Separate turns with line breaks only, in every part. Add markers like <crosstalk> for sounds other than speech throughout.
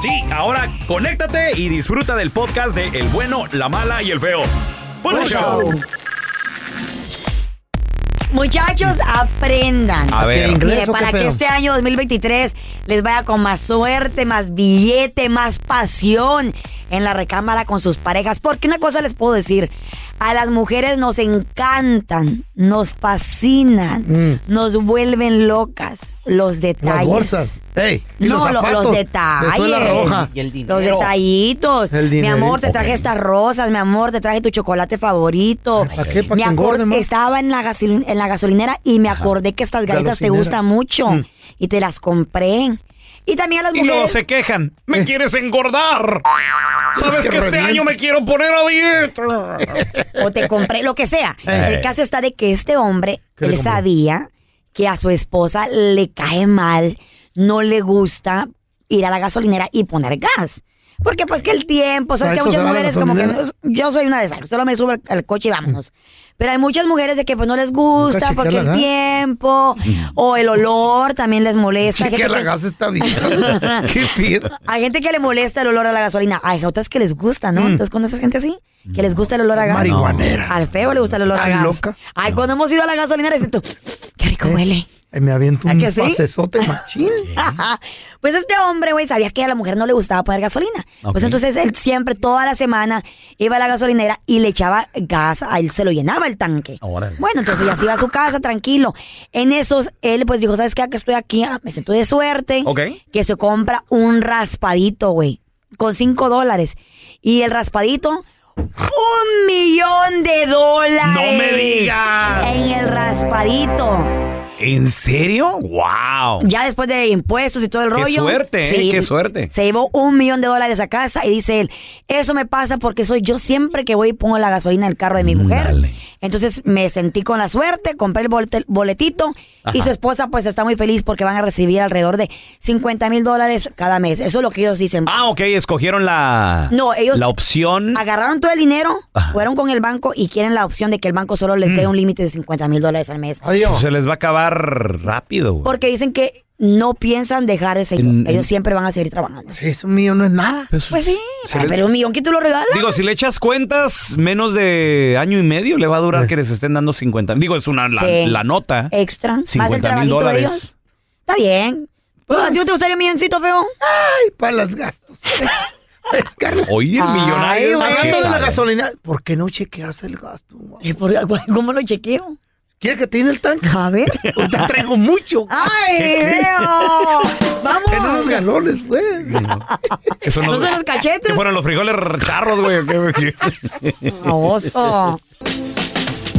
Sí, ahora conéctate y disfruta del podcast de El bueno, la mala y el feo. Buen show.
Muchachos, aprendan.
A ver.
¿Inglés
Mire,
o qué
para que
pedo?
este año 2023 les vaya con más suerte, más billete, más pasión en la recámara con sus parejas. Porque una cosa les puedo decir, a las mujeres nos encantan, nos fascinan, nos vuelven locas los detalles.
Mm. Las bolsas. Ey, y
no, lo-
los,
los,
zapatos de
detalles.
suela roja.
Los detallitos.
El
mi amor, te
dinerito.
traje estas rosas. Mi amor, te traje tu chocolate favorito.
¿Para qué? ¿Para
Me
que engorde
acor-
más?
Estaba en la, gasol- en la gasolinera y me acordé que estas galletas te
Galocinera.
gustan mucho.
Mm.
Y te las compré. Y también a las
Y luego
mujeres.
se quejan.
Eh.
Me quieres engordar. Sabes
que
que este
revienta.
año me quiero poner a dieta.
o te compré, lo que
<laughs>
sea.
Eh.
El caso está de que este hombre,
¿Qué le
él
compró?
sabía que a su esposa le cae mal, no le gusta ir a la gasolinera y poner gas. Porque pues que el tiempo, sabes
¿Para
que muchas
eso se va a la
mujeres como que
gasolinera?
yo soy una de esas, solo me subo al, al coche y vámonos. Pero hay muchas mujeres de que pues no les gusta
chequear
porque
la
el
gas.
tiempo o el olor también les molesta. Hay
Sí, que
gente
la
que-
gasa está
<laughs>
bien. <laughs> ¿Qué pido?
hay gente que le molesta el olor a la gasolina. Hay otras que les gusta, ¿no? Entonces, con esa gente así, que les gusta el olor a gas.
Mm. Marihuanera.
Al feo le gusta el olor a
Ay,
gas.
loca.
Ay, cuando hemos ido a la gasolinera, dices tú, qué rico huele.
Eh, Me aviento
¿A
un
que sí? <laughs>
pasesote machín.
pues este hombre, güey, sabía que a la mujer no le gustaba poner gasolina.
Ok.
Pues entonces él siempre, toda la semana, iba a la gasolinera y le echaba gas, a él se lo llenaba el tanque.
Órale.
Bueno, entonces ya se iba a su casa, tranquilo. En esos, él pues dijo, ¿sabes qué? Que estoy aquí, ah, me siento de suerte.
Ok.
Que se compra un raspadito, güey, con cinco dólares. Y el raspadito, un millón de dólares.
No me digas.
En el raspadito.
¿En serio? ¡Wow!
Ya después de impuestos y todo el
Qué
rollo.
suerte, ¿eh? Qué suerte.
Se llevó un millón de dólares a casa y dice él, eso me pasa porque soy yo siempre que voy y pongo la gasolina en el carro de mi mujer.
Dale.
Entonces me sentí con la suerte, compré el bolet- boletito y
Ajá.
su esposa pues está muy feliz porque van a recibir alrededor de 50 mil dólares cada mes. Eso es lo que ellos dicen.
Ah, ok, escogieron la,
No, ellos-
la opción.
Agarraron todo el dinero,
Ajá. Mm.
fueron con el banco y quieren la opción de que el banco solo les dé un límite de 50 mil dólares al mes.
Adiós.
pues, Se les va a acabar rápido. güey.
Porque dicen que no piensan dejar de seguir.
En- en-
ellos siempre van a seguir trabajando.
Eso mío no es nada.
Pues sí,
Se
ay,
le-
pero un millón que tú lo regalas.
Digo, si le echas cuentas, menos de año y medio le va a durar que les estén dando 50. Digo, es una la,
Sí.
la nota.
Extra. Más el
50 mil
trabajito de ellos.
dólares.
Está bien. ¿A ti no te gustaría un milloncito, feo?
Ay, para
<laughs>
los gastos. Ay, Carla.
Oye, el
Ay,
millonario.
güey.
qué
Hablando de la
padre.
gasolina, ¿por qué no chequeas el gasto? guau?
Eh, ¿por- <laughs> ¿Cómo lo chequeo?
¿Quieres que te llene el tanque? <laughs>
A ver.
Ahorita traigo mucho.
<laughs> ¡Ay, feo!
En unos
¡Vamos!
galones, güey.
Eso
¿No son los cachetes?
Que fueron los frijoles charros, güey. <laughs> ¿Qué,
<laughs> Oso.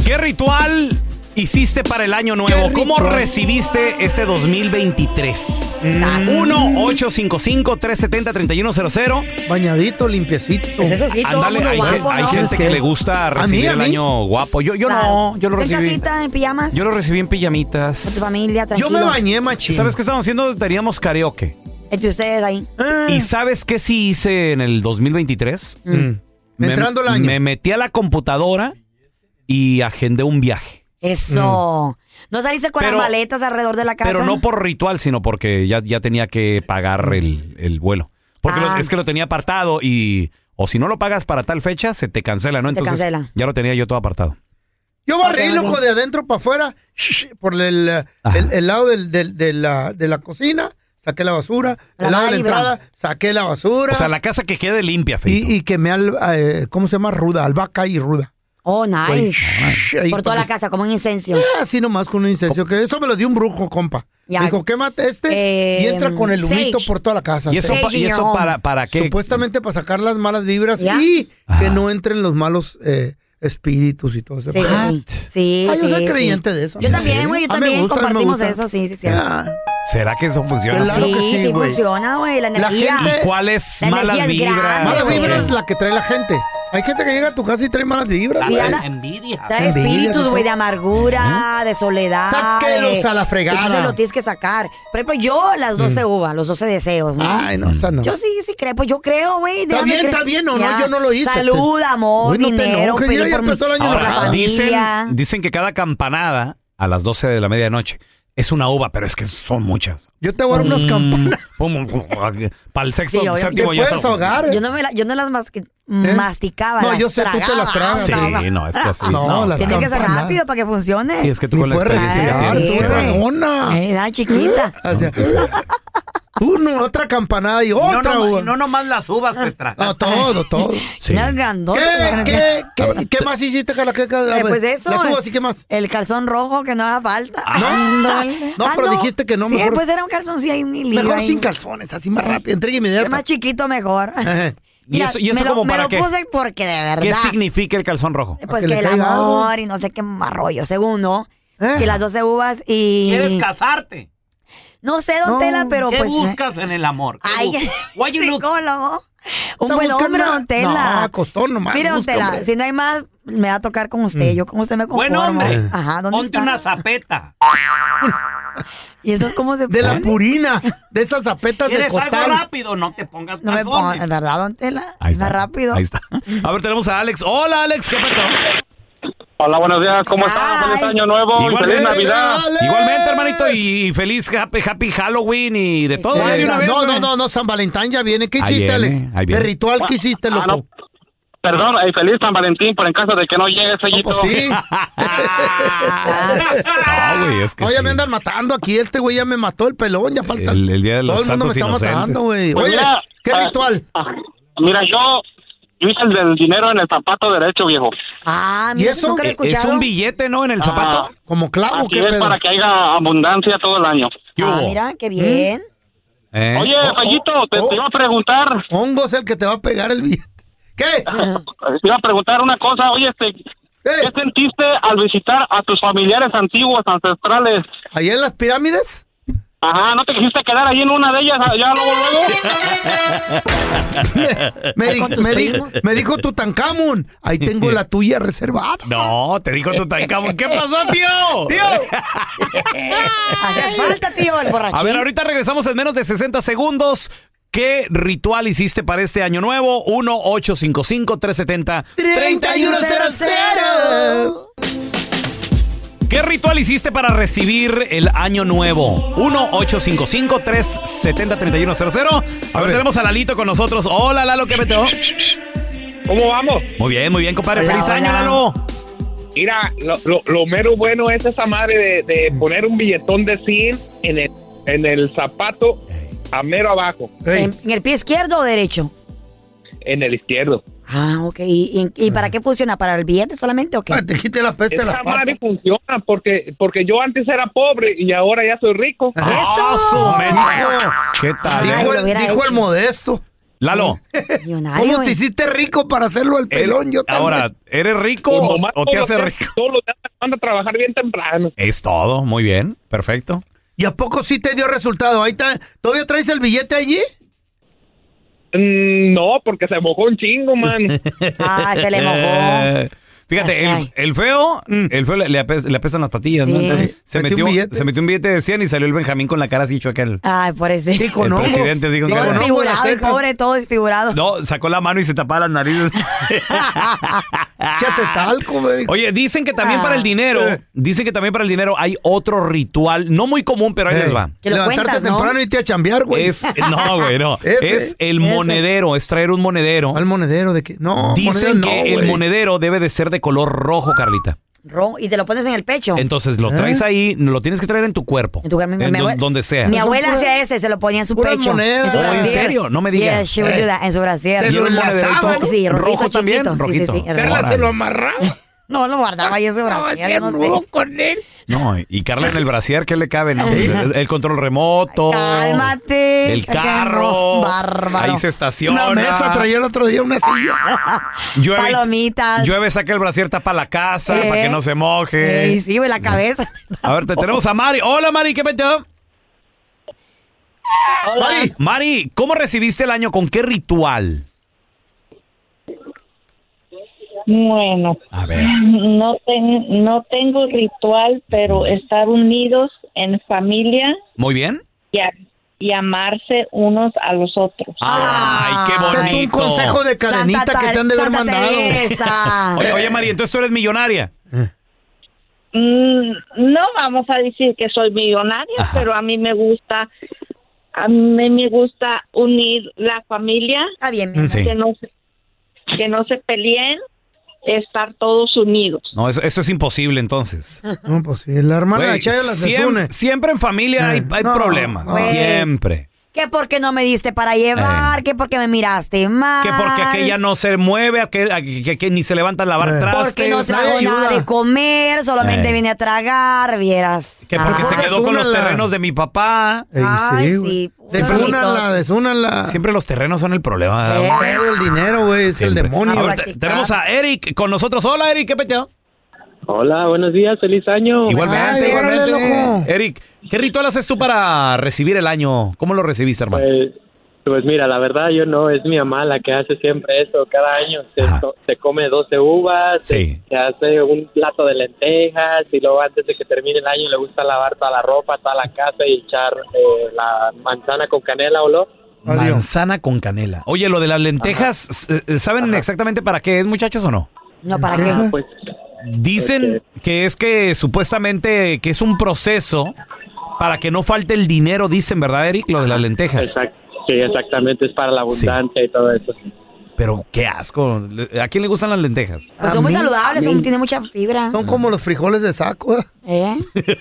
qué ritual hiciste para el año nuevo?
¿Qué
¿Cómo
ritual?
recibiste este 2023?
Sas.
1-855-370-3100.
Bañadito, limpiecito.
Pues eso sí, todo
Ándale,
mundo
hay,
guapo,
gen- hay
¿no?
gente que le gusta
mí,
recibir
a
el
mí.
año guapo. Yo, yo no, yo lo
¿En
recibí.
casita, en pijamas?
Yo lo recibí en pijamitas.
Con tu familia, tranquilo.
Yo me bañé, machín.
¿Sabes qué estábamos haciendo? Teníamos karaoke.
Entre ustedes ahí.
Ah,
¿Y sabes qué sí hice en el 2023?
Mm.
Entrando
me,
el año.
Me metí a la computadora y agendé un viaje.
Eso. ¿No saliste con
Mm. Pero-
las maletas alrededor de la casa?
Pero no por ritual, sino porque ya, ya tenía que pagar el, el vuelo. Porque lo-
Ah.
es que lo tenía apartado y... O si no lo pagas para tal fecha, se te cancela, ¿no?
Te
Entonces
cancela.
ya lo tenía yo todo apartado.
Yo barrí,
Ok,
loco,
ok.
de adentro para afuera, shh, shh, por el, eh,
Ajá.
el- el lado del- del- de, la, de la cocina, saqué la basura.
La Pues
el lado
mala
de la
vibra.
entrada, saqué la basura.
O sea, la casa que quede limpia, Feito.
y, y quemé al, eh, ¿cómo se llama? Ruda, albahaca y ruda.
Oh,
Güey,
nice.
shh, ahí
Por toda la
para
casa, como un incendio.
que- Así nomás con un incendio, que eso me lo dio un brujo, compa.
Ya.
Me Dijo, quémate este y
Eh,
entra con el humito
sage.
por toda la casa.
¿Y eso,
Sí.
pa- y
Staging
eso
your home.
para, para qué?
Supuestamente para sacar las malas vibras
Ya. Ah.
y que
Ajá.
no entren los malos eh, espíritus y todo eso.
Sí, sí, sí. Sí,
Ah, yo
sí,
soy
sí.
creyente de eso.
Yo
¿En
también,
serio?
güey, yo
Ah, me
también
gusta, a mí me
compartimos
gusta.
eso, sí, sí, sí.
Ah,
¿Será que eso funciona?
Claro
sí,
que sí,
sí,
güey.
funciona, güey, la
La
energía.
gente-
¿Y cuáles
La energía
malas
es
vibras?
grande,
Malas
güey.
vibras la que trae la gente. Hay gente que llega a tu casa y trae malas vibras.
Sí,
güey.
anda-
Envidia.
Trae
Envidia,
espíritus,
dijo.
güey, de amargura, de soledad.
Sáquelos
de-
a la fregada.
Entonces lo tienes que sacar. Por ejemplo, yo las 12 uvas, los 12 deseos, ¿no?
Ay, no, o sea, no.
Yo sí, sí creo, pues yo creo, güey.
Está
déjame
bien,
creer.
está bien, no, no,
Ya.
yo no lo hice.
Salud,
Te-
amor,
Uy, no te
dinero,
enojes,
pedir
ya- ya
por mi-
empezó el año
por la
Ahora,
nuevo.
dicen,
familia.
dicen que cada campanada a las 12 de la medianoche es una uva, pero es que son muchas. Mm.
Yo te voy a dar
Mm.
unas campanas.
Para el sexto,
Sí, obviamente.
Te
séptimo ya
puedes
está-
ahogar. eh.
Yo no, me la- yo no las masqui- masticaba.
No,
las
yo sé, tú te las
tragaba.
tragas.
Sí, no, es que así.
No,
No,
las
Tiene que ser
campanas.
rápido para que funcione.
Sí, es que tú
Ni
con la
puedes
experiencia
respirar,
que tienes.
respirar, tú
qué bárbaro.
dragona.
Eh, da chiquita.
O sea, Ah, uno, otra campanada y
No,
otra.
no,
güey.
no nomás las uvas te traen.
No, todo, todo.
Sí.
Unas grandotas.
¿Qué, qué, qué, qué más hiciste, Carla? ¿Qué, qué, a
Eh,
ver,
pues eso.
¿Las
el-
uvas y qué más?
El calzón rojo que no haga falta.
Ah, no.
Ándale. Ah,
No, pero dijiste que no,
Sí,
mejor-
pues era un calzón, sí, hay un hilo
Mejor
ahí.
sin calzones, así más rápido. Entrega
Es
inmediata.
más chiquito, mejor.
Ajá.
<laughs>
¿Y eso, y eso
me lo,
como
me
para
lo
qué?
puse porque de verdad.
¿Qué significa el calzón rojo?
Pues
Que
que,
le
el
caiga algo.
amor y no sé qué más rollo, según, ¿no?
¿Eh?
Que las 12 uvas y.
¿Quieres casarte?
eh, No sé, don
No.
Tela, pero
¿Qué
pues.
buscas en el amor? ¿Qué
Ay, <laughs>
buscas? What you look-
psicólogo. Un
Está
buen
buscando
hombre,
una-
don Tela.
No, costón nomás,
Mire, don
busca,
Tela,
hombre. Mm.
si no hay más, me va a tocar con usted. Yo con usted me
Buen
conformo.
hombre.
Ajá, ¿dónde
Ponte
está?
una
<laughs>
zapeta.
¿Y eso es cómo se
De la
pone?
purina, de esas zapetas de
¿Quieres algo
costal.
rápido? No te pongas
No me pongas,
calzones.
¿verdad, don Tela? Más rápido.
Ahí está. A ver, tenemos a Alex. Hola, Alex, ¿qué pasó?
Hola, buenos días, ¿cómo están?
Ay.
Feliz año nuevo, y
Igualmente.
feliz Navidad.
Alex.
Igualmente, hermanito, y feliz happy, happy Halloween y de todo. ¿eh? De una
Oiga,
vez,
no, no,
güey. <laughs>
no, no, San Valentín ya viene. ¿Qué
Ahí
hiciste,
viene,
Alex?
ahí
¿El
viene.
ritual que hiciste,
Ah, no.
loco?
Perdón, eh, feliz San Valentín, por en caso de que no llegue ese
Pues
hito.
sí.
No, Ah, güey, es que
Oye,
sí. Eh,
me andan matando aquí. Este güey ya me mató el pelón. Ya falta.
El- el día de los
Todo el mundo me
santos
está
inocentes.
matando, güey.
Pues
Oye,
mira,
¿qué
ah,
ritual?
ah, Mira, yo, yo hice el del dinero en el zapato derecho, viejo.
Ah,
¿Y
mira,
eso?
nunca lo he
Eh, Es- Es
escuchado.
un billete, ¿no? En el zapato.
Ah,
¿Como clavo?
así
¿Qué
es
pedo?
para que haya abundancia todo el año.
¿Qué
Ah,
hubo?
mira, qué bien.
Eh,
Oye,
oh,
Fellito,
oh,
te,
oh.
te iba a preguntar,
Hongo es el que te va a pegar el billete. ¿Qué?
te iba a preguntar una cosa. Oye, este,
Eh.
¿qué sentiste al visitar a tus familiares antiguos, ancestrales?
¿Ahí en las pirámides?
Ajá, ¿no te quisiste quedar ahí en una de ellas, allá luego, luego?
Me, di-
con tus
me, di-
primos?
me dijo Tutankamón. Ahí tengo la tuya reservada.
No, te dijo Tutankamón. ¿Qué pasó, tío?
Tío,
Hacías falta, tío, el borrachín.
A ver, ahorita regresamos en menos de 60 segundos. ¿Qué ritual hiciste para este año nuevo? 1-855-370.
3100.
¿Qué ritual hiciste para recibir el año nuevo? 1-855-370-3100. A
A
ver,
ver.
tenemos a Lalito con nosotros. Hola, Lalo, ¿qué meteo?
¿Cómo vamos?
Muy bien, muy bien, compadre.
Hola,
Feliz año,
hola.
Lalo.
Mira, lo, lo- lo mero bueno es esa madre de, de poner un billetón de 100 en el, en el zapato a mero abajo,
¿En, en el pie izquierdo o derecho?
en el izquierdo.
Ah, ok. ¿Y, y- y para qué funciona? ¿Para el billete solamente o qué?
Ah, te quité la
Este
peste de
Esa
la pata.
madre funciona porque, porque yo antes era pobre y ahora ya soy rico.
¡Ah, su mecha! ¿Qué tal? eh?
Ay,
Dijo,
lo
el,
hubiera
dijo
hecho.
el modesto.
Lalo,
Millonario, ¿eh?
¿Cómo
güey.
te hiciste rico para hacerlo al pelón? Yo también.
ahora, ¿eres rico o,
Con Pues nomás
o
todos
te
los
hace
días-
rico?
Todos los días manda a trabajar bien temprano.
Es todo, muy bien, perfecto.
¿Y a poco sí te dio resultado? Ahí está. ¿Todavía traes el billete allí?
Mm, no, porque se mojó un chingo, man.
Ah, se le mojó.
<laughs> Eh, Fíjate, el,
Ay.
el feo, el feo le, le apes- le apestan las patillas, ¿no?
Sí.
Entonces se
Mm. Metió
metió,
un billete.
se metió un billete de 100 y salió el Benjamín con la cara así chueca. el-
Ay, por ese.
Y con
El
hongo.
presidente dijo
Y
que
con
era.
hongo en las
Desfigurado, el
cejas.
pobre, todo desfigurado.
pues, No, sacó la mano y se tapaba las
<laughs>
narices.
Échate talco, me dijo.
Ah. Oye, dicen que también para el
Ah.
dinero, dicen que también para el dinero hay otro ritual, no muy común, pero ahí les va.
Que lo
Eh, Levantarte
cuentas, ¿no?
temprano y te a chambear, güey.
Es, no, güey, no.
<laughs> Ese.
Es el
Ese.
monedero, es traer un monedero.
¿Al monedero de qué? No, monedero
Dicen
no,
que el
güey.
monedero debe de ser de color rojo, Carlita.
Ro- y te lo pones en el pecho.
Entonces lo traes ahí, lo tienes que traer en tu cuerpo.
Ah. En tu cama, mi
en
abue-
don- donde sea.
Mi abuela
puras-
hacía ese, se lo ponía en su
puras
pecho.
monedas.
En, su
Oh, ¿en
brasier.
serio? No me digas.
Yes, she would do that, en su brasier.
Se
Y
lo
un monedero
enlazaba,
todo-
¿no?
Sí, rojito,
rojo también.
chiquito. Sí,
Rojito.
sí, sí, el
Carla
rojo.
se
Órale.
<laughs>
lo amarraba.
No, lo guardaba ahí en su brasier, yo no sé.
con él.
No, y Carla en el brasier, ¿qué le cabe? no? el, el control remoto.
Cálmate.
El
Acá no,
carro.
bárbaro.
Ahí se estaciona.
Una mesa traía el otro día, una silla.
<laughs>
Llueve-
Palomitas.
Llueve, saca el brasier, tapa la casa
Eh.
para que no se moje.
Ey, sí, güey, la cabeza.
A ver, te tenemos a Mari. Hola, Mari, ¿qué pedo? Mari. Mari, ¿cómo recibiste el año? ¿Con qué ritual?
Bueno,
A ver.
no, ten- no tengo ritual, pero estar unidos en familia
¿Muy bien?
y, a- y amarse unos a los otros.
Ay,
Ah,
qué bonito.
pues
Ese es un consejo de cadenita
Santa
que te han de haber
Santa
mandado.
Teresa.
<laughs> Oye, oye, Mari, entonces tú eres millonaria.
Mm, no vamos a decir que soy millonaria,
Ajá.
pero a mí me gusta, a mí me gusta unir la familia,
Está bien, mi amor.
Sí.
que no se, que no se peleen, estar todos unidos.
No, eso, eso es imposible entonces.
No, pues sí, la hermana
Güey,
de Chayo las
siem-
desune.
siempre en familia hay,
Eh,
hay
no,
problemas.
no.
Siempre.
Que porque no me diste para llevar,
Eh.
que porque me miraste mal.
Que porque aquella no se mueve, aquel, aquel- aquel ni se levanta a lavar
Eh.
trastes.
Porque no trajo
Ayuda.
nada de comer, solamente
Eh.
vine a tragar, vieras.
Que porque
Ah.
se
Mejor
quedó con los
resúmela.
terrenos de mi papá.
Ey,
Ay, sí, pues,
güey.
puro
Desúnala,
mito.
desúnala.
Siempre los terrenos son el problema.
Eh.
Pedo el dinero, güey, Ah. es
Siempre.
el demonio.
A ver,
Ahora-
te- tenemos a Eric con nosotros. Hola, Eric, ¿qué peteo?
Hola, buenos días, feliz año.
Igualmente,
Ay, órale,
igualmente.
loco.
Eric, ¿qué ritual haces tú para recibir el año? ¿Cómo lo recibiste, hermano?
Pues, pues mira, la verdad yo no, es mi mamá la que hace siempre eso, cada año se,
Ajá.
to- se come 12 uvas,
Sí.
se, se hace un plato de lentejas y luego antes de que termine el año le gusta lavar toda la ropa, toda la casa y echar eh, la manzana con canela o lo.
Pues, Adiós.
Manzana con canela. Oye, lo de las lentejas, s- eh, ¿saben exactamente para qué es, muchachos, o no?
No, ¿para
Ajá.
qué?
Pues
Dicen que es que supuestamente que es un proceso para que no falte el dinero, dicen, ¿verdad, Eric? Lo de las lentejas.
exact- sí, exactamente, es para la
Sí.
abundancia y todo eso.
Pero qué asco. Le- ¿A quién le gustan las lentejas?
Pues
A
son muy
mí-
saludables, son, tiene mucha fibra.
Son como los frijoles de saco. ¿eh?
¿Eh?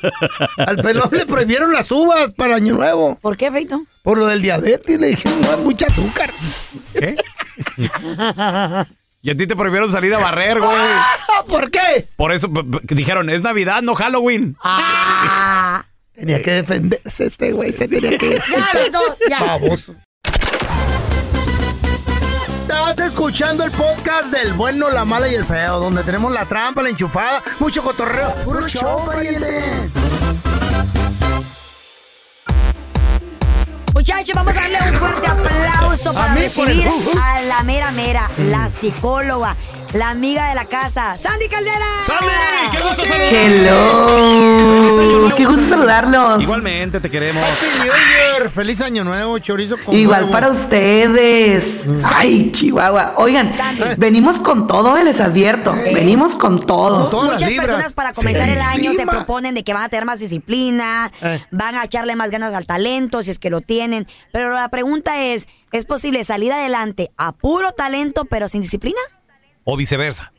Al pelón le prohibieron las uvas para Año Nuevo.
¿Por qué, Feito?
Por lo del diabetes le dijeron, no, mucha azúcar.
¿Qué? y a ti te prohibieron salir a barrer, güey.
Ah, <laughs> ¿Por qué?
Por eso p- p- dijeron, es Navidad, no Halloween.
Ah,
Tenía que defenderse este güey, se tenía que
<laughs> ya, los dos, ya.
<laughs> Baboso. Estás escuchando el podcast del bueno, la mala y el feo, donde tenemos la trampa, la enchufada, mucho cotorreo. ¡Puro show, pariente!
Muchachos, vamos a darle un fuerte aplauso para
mí por el
recibir
uh, uh.
a la mera mera, la psicóloga, la amiga de la casa, Sandy Caldera.
¡Sandy! ¡Qué gusto saludarte!
Hello, qué gusto saludarlos.
Igualmente te queremos.
Happy New Year. ¡Feliz año nuevo, chorizo con
Igual
huevo.
para ustedes. Ay, Chihuahua. Oigan,
Sandy.
venimos con todo, eh, les advierto. Venimos con
Con
todo.
todas las
Muchas
libras.
personas para comenzar
Sí.
el año se
Encima.
proponen de que van a tener más disciplina,
Eh.
van a echarle más ganas al talento si es que lo tienen. Pero la pregunta es, ¿es posible salir adelante a puro talento pero sin disciplina?
O viceversa.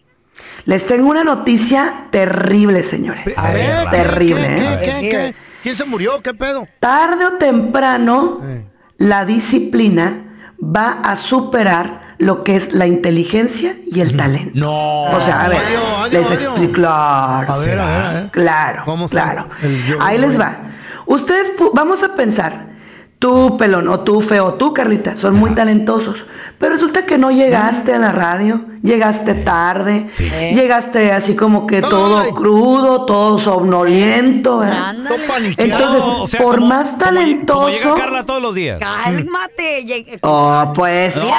Les tengo una noticia terrible, señores.
A ver, ¿qué,
terrible,
¿qué,
¿eh?
qué, qué, qué? ¿Quién se murió? ¿Qué pedo?
Tarde o temprano,
Eh.
la disciplina va a superar lo que es la inteligencia y el talento.
No.
O sea, a ver,
Adiós, adiós,
les
adiós.
explico. Claro.
A ver, a ver, a ver.
Claro,
Ah, ¿eh? ¿Cómo está
claro.
el yogur,
Ahí
güey?
les va. Ustedes, pu- vamos a pensar, tú, Pelón, o tú, Feo, o tú, Carlita, son muy talentosos, pero resulta que no llegaste a la radio, llegaste tarde,
Sí.
llegaste así como que todo
Ay.
crudo, todo somnoliento, ¿verdad?
Ándale.
Todo paniqueado.
Entonces, por más talentoso...
Como, llega Carla todos los días.
Cálmate. lleg-
Oh, pues,
No, güey,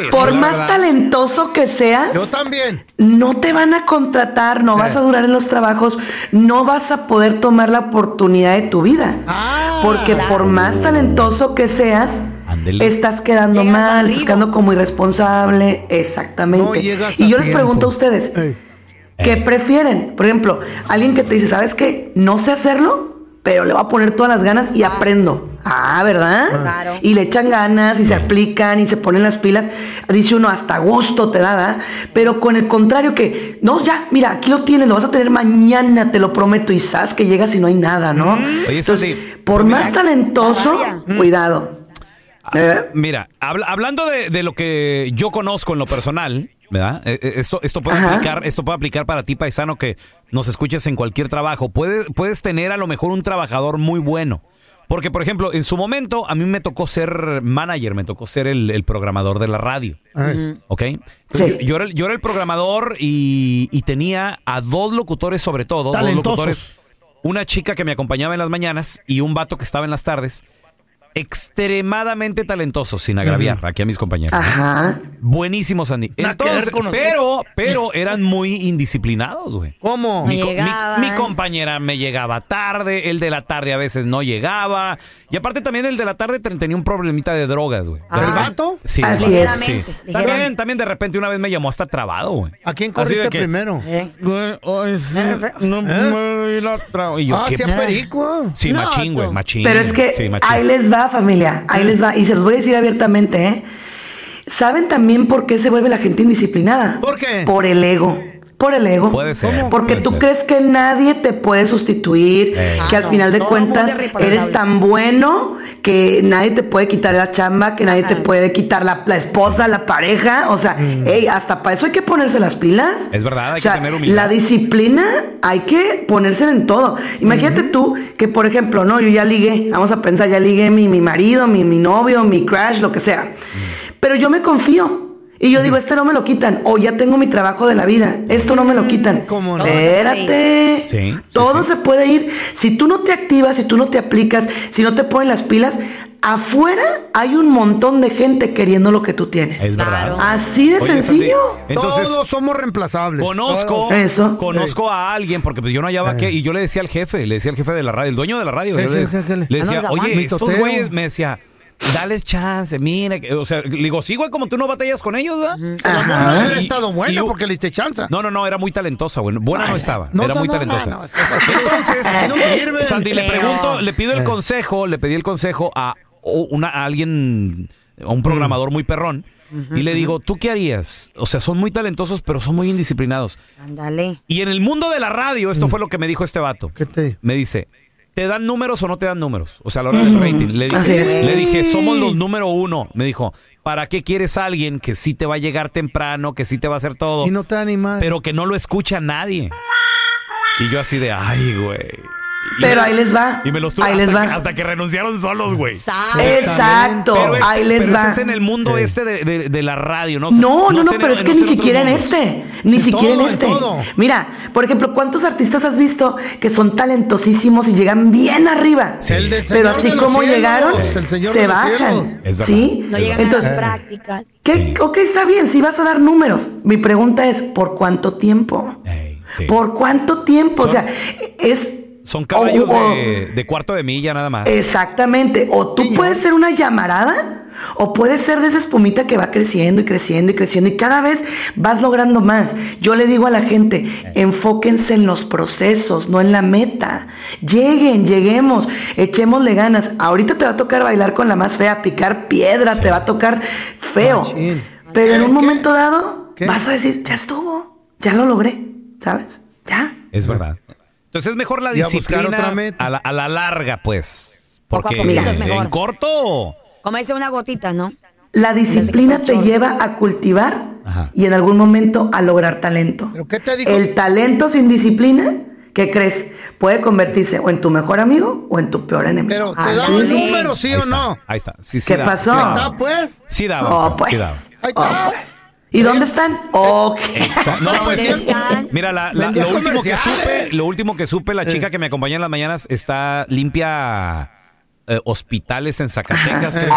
eso
por
es la
más
verdad.
talentoso que seas,
Yo también.
no te van a contratar, no vas a durar en los trabajos, no vas a poder tomar la oportunidad de tu vida.
Ah,
Porque por más talentoso que seas,
Ándele.
estás quedando
Llegas
mal,
barrido.
estás quedando como irresponsable.
no
Exactamente.
llegas a
y yo les
tiempo.
pregunto a ustedes,
Ey.
¿qué prefieren? Por ejemplo, alguien que te dice, ¿sabes qué? No sé hacerlo, pero le voy a poner todas las ganas y aprendo. Ah, ¿verdad?
Claro.
Y le echan ganas y se aplican y se ponen las pilas. Dice uno, hasta gusto te da, ¿verdad? Pero con el contrario que, no, ya, mira, aquí lo tienes, lo vas a tener mañana, te lo prometo. Y sabes que llegas y no hay nada, ¿no?
Oye, Sandy, pues
por
mira-
más talentoso, cuidado. ¿Eh?
Mira, habla- hablando de, de lo que yo conozco en lo personal, ¿verdad? Eh, eh, esto, esto puede
Ajá.
aplicar, esto puede aplicar para ti, paisano, que nos escuches en cualquier trabajo. Puede- puedes tener a lo mejor un trabajador muy bueno. Porque, por ejemplo, en su momento a mí me tocó ser manager, me tocó ser el, el programador de la radio.
Ey.
¿Ok? Entonces, yo,
Sí.
yo era el, yo era el programador y, y tenía a dos locutores sobre todo, dos
Talentosos.
locutores, una chica que me acompañaba en las mañanas y un vato que estaba en las tardes. extremadamente talentosos, sin agraviar aquí a mis compañeros.
Ajá.
Buenísimos, Andy.
Nada que ver
Entonces,
con nosotros.
pero, pero eran muy indisciplinados, güey.
¿Cómo?
Mi, co- mi-
llegaban.
mi compañera me llegaba tarde, el de la tarde a veces no llegaba. Y aparte también el de la tarde te- tenía un problemita de drogas, güey.
Ah.
¿El vato?
Sí,
Así
el vato,
es.
sí.
Ligeramente,
También,
ligeramente.
también de repente una vez me llamó hasta trabado, güey.
¿A quién
Así de
corriste
que,
primero?
¿Eh?
Güey, <laughs> ay, sí, no
¿Eh?
puedo ir a tra- Mm, Y yo,
Ah,
¿qué-
sí, a Perico.
Sí,
No,
machín, güey,
tú.
machín.
Pero es que
Sí, machín.
ahí les va, familia, ahí les va. Y se los voy a decir abiertamente, ¿eh? ¿Saben también por qué se vuelve la gente indisciplinada?
¿Por qué?
Por el ego. Por el ego.
Puede ser.
¿Cómo?
Porque
puede
tú
ser. Eh.
crees que nadie te puede sustituir,
Ey.
que
Ah,
al
no.
final de
Todo mundo
cuentas
es reemplazable.
eres tan bueno que nadie te puede quitar la chamba, que nadie te
Ajá.
puede quitar la, la esposa, la pareja. O sea, ey, hasta para eso hay que ponerse las pilas.
Mm. Es verdad, hay
O sea,
que tener humildad.
La disciplina hay que ponérsela en todo. Imagínate tú que, por ejemplo, no, yo ya ligué, vamos a pensar, ya ligué mi, mi marido, mi, mi novio, mi crush, lo que sea.
Mm.
Pero yo me confío. Y yo digo, este no me lo quitan, o ya tengo mi trabajo de la vida, esto no me lo quitan.
¿Cómo no?
Espérate.
Mm, Sí, sí,
Todo
sí.
se puede ir. Si tú no te activas, si tú no te aplicas, si no te pones las pilas, afuera hay un montón de gente queriendo lo que tú tienes.
Es
Claro.
verdad.
Así de
Oye, Sandy,
sencillo.
entonces,
Todos somos reemplazables.
Conozco,
Todos. Eso.
conozco a alguien, porque pues yo no hallaba qué, y yo le decía al jefe, le decía al jefe de la radio, el dueño de la radio,
Sí,
yo
sí,
le,
sí, que le-
le decía,
Ah, no,
oye,
mi
estos
totero".
güeyes, me decía, dales chance, mira, que- o sea, le digo, sí, güey, como tú no batallas con ellos, ¿verdad?
Mm, Ajá.
Ajá.
Hubiera
Y-
estado buena
y-
porque le diste chance.
No, no, no, era muy talentosa, güey. Buena no estaba,
no,
era
no,
muy
no,
talentosa.
no, no, es que esas cosas-
Entonces,
no sirven.
Sandy, le
Pero-
pregunto, le pido el
Eh.
consejo, le pedí el consejo a o- una, a alguien, a un programador muy perrón, y le digo, ¿tú qué harías? O sea, son muy talentosos, pero son muy indisciplinados.
Ándale.
Y en el mundo de la radio,
Mm.
esto fue lo que me dijo este vato.
¿Qué te-
Me dice, ¿te dan números o no te dan números? O sea, a la hora del rating. Le
Mm. Así
dije,
es.
le dije, somos los número uno. Me dijo, ¿para qué quieres a alguien que sí te va a llegar temprano, que sí te va a hacer todo,
Y no te animas.
pero que no lo escucha nadie? Y yo así de, ay, güey. Y
Pero
me-
ahí les va.
Y me los tuve
ahí
hasta,
les
que-
va.
hasta que renunciaron solos, güey.
Eh,
Sabe.
Exacto.
Pero este-
ahí les
pero
va.
ese es en el mundo
Sí.
este de, de- de la radio, ¿no?
No, no, no,
sé en-
pero
no
es que
sé
ni
en otros
siquiera en
mundos.
este, ni
En todo,
siquiera en
en
este.
todo.
Mira, por ejemplo, ¿cuántos artistas has visto que son talentosísimos y llegan bien arriba?
Sí.
El del
Pero
Señor
así
de los
como
cielos,
llegaron,
el Señor de
se
los
bajan.
cielos.
Es verdad.
¿Sí?
No llegan
Entonces,
a las prácticas.
¿qué?
Sí.
Ok, está bien, si vas a dar números. Mi pregunta es, ¿por cuánto tiempo?
Ey, sí.
¿Por cuánto tiempo? O sea, es...
Son caballos
o- o-
de, de cuarto de milla nada más.
Exactamente. O tú puedes ser una llamarada, o puedes ser de esa espumita que va creciendo y creciendo y creciendo y cada vez vas logrando más. Yo le digo a la gente,
Eh.
enfóquense en los procesos, no en la meta. Lleguen, lleguemos, echémosle ganas. Ahorita te va a tocar bailar con la más fea, picar piedra, te va a tocar feo.
Machín.
Pero en
¿Qué?
un momento dado
¿Qué?
vas a decir, ya estuvo, ya lo logré, ¿sabes? Ya.
Es verdad. Entonces es mejor la
Y a buscar
disciplina
otra meta.
a la, a la larga, pues.
Poco a
Porque
poquito es mejor.
en corto.
Como dice una gotita, ¿no?
La disciplina te
Chorro.
lleva a cultivar
Ajá.
y en algún momento a lograr talento.
¿Pero qué te dijo?
El talento sin disciplina, ¿qué crees? Puede convertirse o en tu mejor amigo o en tu peor
Pero
enemigo.
te
Así
da
damos
un
es.
un-
número, sí
ahí
o
está,
no.
Ahí está. Sí, sí
¿Qué
da,
pasó?
sí
Ah,
daba.
pues.
Sí daba,
Oh,
sí
pues.
daba.
Ahí
Oh,
está.
pues. ¿Y dónde están? Ok.
Exacto. No,
pues,
es-
siempre.
están?
mira, la- la-
Vendía
lo, último que
comerciales.
supe, lo último que supe,
Eh.
la chica que me acompaña en las mañanas está limpia eh, hospitales en
<laughs>
Zacatecas, creo.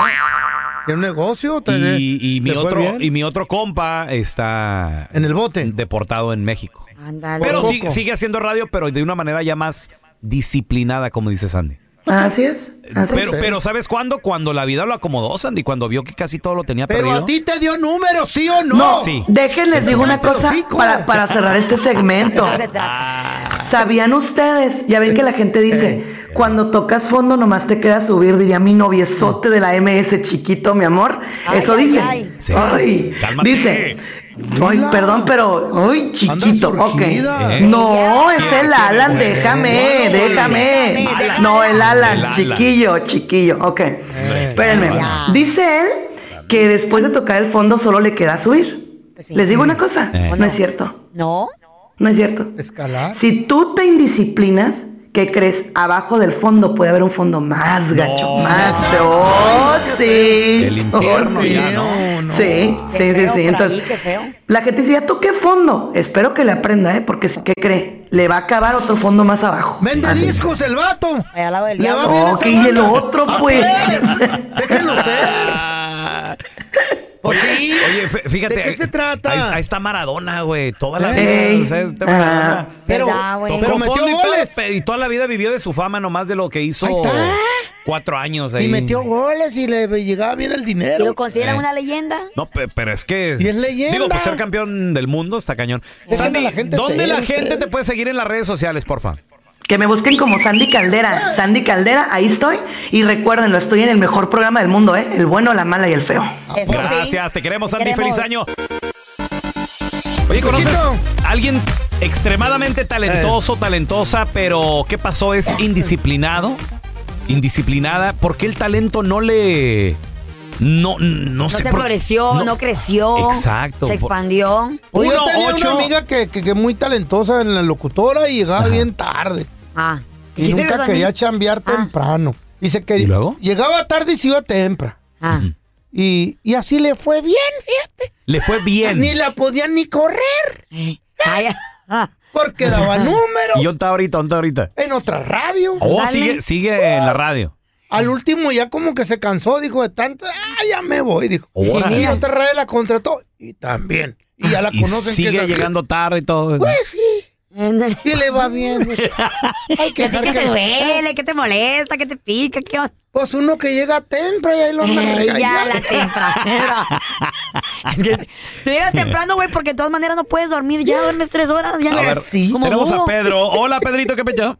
¿Qué un negocio? ¿Te-
Y, y mi
te Eh, fue
otro,
bien?
y mi otro compa está
En el bote.
deportado en México.
Ándale.
Pero
Por
sí-
poco.
sigue haciendo radio, pero de una manera ya más disciplinada, como dice Sandy.
Así es.
Ah,
Así
Pero,
es.
pero ¿sabes cuándo? Cuando la vida lo acomodó, Sandy, cuando vio que casi todo lo tenía
Pero
perdido.
a ti te dio número, sí o no.
No. Sí.
Déjenles digo una
Cállate el
cosa
hocico.
para, para cerrar
<laughs>
este segmento.
Eso se trata.
¿Sabían ustedes? Ya ven que la gente dice, cuando tocas fondo nomás te queda subir, diría mi noviezote de la MS chiquito, mi amor.
Ay,
Eso
ay,
dice.
ay.
Sí.
Ay,
Cálmate.
dice. Ay,
Hola.
perdón, pero. Ay, chiquito,
Anda
ok.
surgida.
¿Eh?
No, es el Alan,
Bueno,
déjame,
bueno,
déjame.
déjame, déjame.
No, el
El Alan.
Alan, chiquillo, chiquillo, ok.
Eh,
Espérenme.
Ya.
Dice él que después de tocar el fondo solo le queda subir.
Pues sí.
Les digo una cosa,
Eh.
no es cierto,
¿No?
no es cierto.
Escalar.
Si tú te indisciplinas, ¿Qué crees? Abajo del fondo puede haber un fondo más gacho, más feo. ¡Oh, sí!
El infierno
¡Oh, sí!
ya,
¿no? No.
Sí,
Qué
sí, sí,
feo
sí.
por
Entonces,
ahí, qué feo.
la gente dice, ¿ya toqué fondo? Espero que le aprenda, ¿eh? Porque, ¿qué cree? Le va a acabar otro fondo más abajo.
Vende
Así.
discos el vato.
Ahí al lado del
Le va
diablo.
bien
Oh,
esa
que y el
banda.
otro,
A
pues.
ver, <laughs> Déjenlo ser. Pues sí.
Ah. Oye, fe- fíjate.
¿De qué se trata?
Ahí, ahí está Maradona, güey. Toda la
Ey.
vida. o sea, este
Ah.
Maradona
pero,
¿Verdad, güey?
pero
tocó
metió
fondo y toda-
goles.
Y toda la vida vivió de su fama nomás de lo que hizo
Ahí está.
cuatro años ahí.
Y metió goles y le llegaba bien el
¿Y lo
dinero.
consideran
Eh.
una leyenda?
No, pe- pero es que.
Y es leyenda.
Digo, pues ser campeón del mundo está cañón.
que
Sandy,
la gente
¿dónde
se-
la gente te puede seguir en las redes sociales, porfa?
Que me busquen como Sandy Caldera. Sandy Caldera, ahí estoy. Y recuérdenlo, estoy en el mejor programa del mundo, ¿eh? El bueno, la mala y el feo.
Eso sí.
Gracias, te queremos,
Te
Sandy.
queremos.
Feliz año. Oye, ¿conoces
Cuchito.
a alguien extremadamente
Eh.
talentoso, talentosa, pero ¿qué pasó? ¿Es indisciplinado? ¿Indisciplinada? ¿Por qué el talento no le... No, no,
No
sé
se
por-
progresió, no, creció.
Exacto.
Se
Por-
expandió.
Oye, yo
Uno,
tenía
ocho.
una amiga que, que, que muy talentosa en la locutora y llegaba bien tarde.
Ah.
Y nunca
¿Quieres,
quería
Dani?
chambear
Ah.
temprano. Y se quería.
¿Y luego?
Llegaba tarde y se iba temprano.
Ah.
Y, y así le fue bien, fíjate.
Le fue
Ni
bien.
la podían ni correr.
Eh. Ay, ah.
<laughs>
Porque daba números
Y yo está ahorita, ¿dónde ahorita?
en otra radio.
Oh,
Dale.
sigue, sigue en la radio.
Al último ya como que se cansó, dijo de tanto, ah, ya me voy, dijo.
Órale.
Y otra radio la contrató y también. Y ya la
Y
conocen. que es
sigue
así.
llegando tarde y todo. <laughs> eso.
Pues sí,
En-
y le va bien.
<laughs>
Hay que
¿Qué te,
dejar
qué te
que...
duele? ¿Qué te molesta? ¿Qué te pica? ¿Qué onda?
Pues uno que llega temprano y ahí lo anda
Ey, <laughs> ya
regañando.
la tempranera. es que <laughs> tú llegas temprano, güey, porque de todas maneras no puedes dormir. Ya duermes tres horas. Ya
A ver,
sí.
como
tenemos a
bobo.
Pedro. Hola, Pedrito, ¿qué pecho?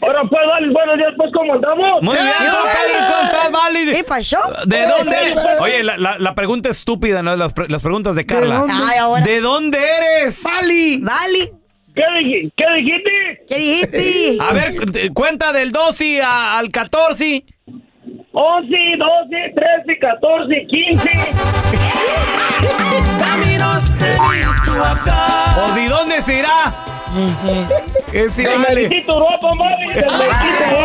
Ahora, pues, vale, buenos días, pues, ¿cómo andamos?
Muy bien, don Pedro, ¿cómo estás, Vali?
¿Qué pasó?
Ah, ¿De dónde? Oye, la, la- la pregunta estúpida, ¿no? Las, pre- las preguntas de Carla.
dónde?
Ay, ahora.
¿De dónde eres?
¡Pali!
Vali,
¿Qué, dij- qué dijiste?
¿qué dijiste?
<laughs> A ver, cu- te- cuenta del 2 y a- al 14.
11, 12, 13, 14, 15.
¿O de dónde se irá? Este vale.
Felicito Europa, mami. Te felicito.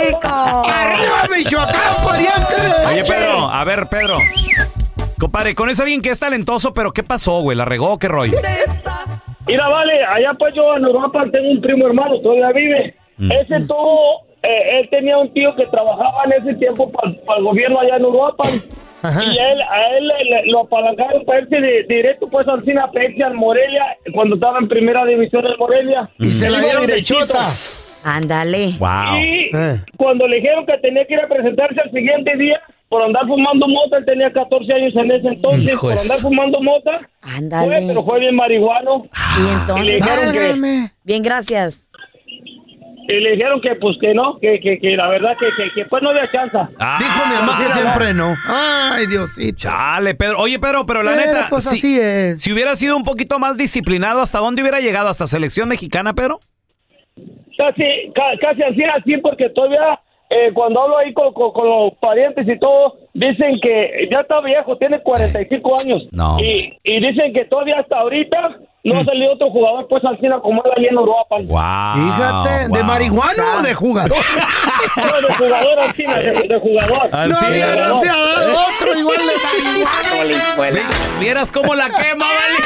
Rico.
¡Arriba, Michoacán, pariente!
Oye, Pedro, a ver, Pedro. Compadre, con ese alguien que es talentoso, pero ¿qué pasó, güey? ¿La regó? o ¿Qué rollo?
Mira, vale, allá pues yo en Europa tengo un primo hermano, todavía vive. Ese tuvo, eh, él tenía un tío que trabajaba en ese tiempo para el gobierno allá
<laughs>
en Europa.
Ajá.
Y él, a él le- le- lo apalancaron para irse de- directo pues al Cina Pepsi al Morelia, cuando estaba en primera división en Morelia.
Y se la
Iba
dieron de
derechito.
chota.
Ándale.
Wow.
Y
Eh.
cuando le dijeron que tenía que ir a presentarse al siguiente día, por andar fumando mota, él tenía 14 años en ese entonces,
Hijo
por
de
andar
su-
fumando mota, fue,
Ándale.
pero fue bien marihuano.
Ah.
Y
Y le
entonces.
dijeron que-
Válgame.
Bien, gracias.
Y le dijeron que pues que no, que, que, que la verdad que, que, que, pues no había chance.
Ah,
Dijo mi mamá que
mira,
siempre no. ¡Ay, Diosito!
Chale, Pedro. Oye, Pedro, pero la
Pero,
neta,
pues,
si,
así es.
si hubiera sido un poquito más disciplinado, ¿hasta dónde hubiera llegado? ¿Hasta selección mexicana, Pedro?
Casi, ca- casi así, así, porque todavía eh, cuando hablo ahí con, con- con los parientes y todo, dicen que ya está viejo, tiene 45 años.
No. Mm.
Y, y dicen que todavía hasta ahorita no ha salido otro jugador pues al cine como él allí en Europa.
Ah, Wow.
Fíjate, ¿de marihuana o de jugador?
<laughs>
No, de jugador al cine, de, de jugador.
No
Ah, Sí,
había
¿verdad?
gracia, otro igual de marihuana.
Vieras cómo la
<laughs>
quema, vale.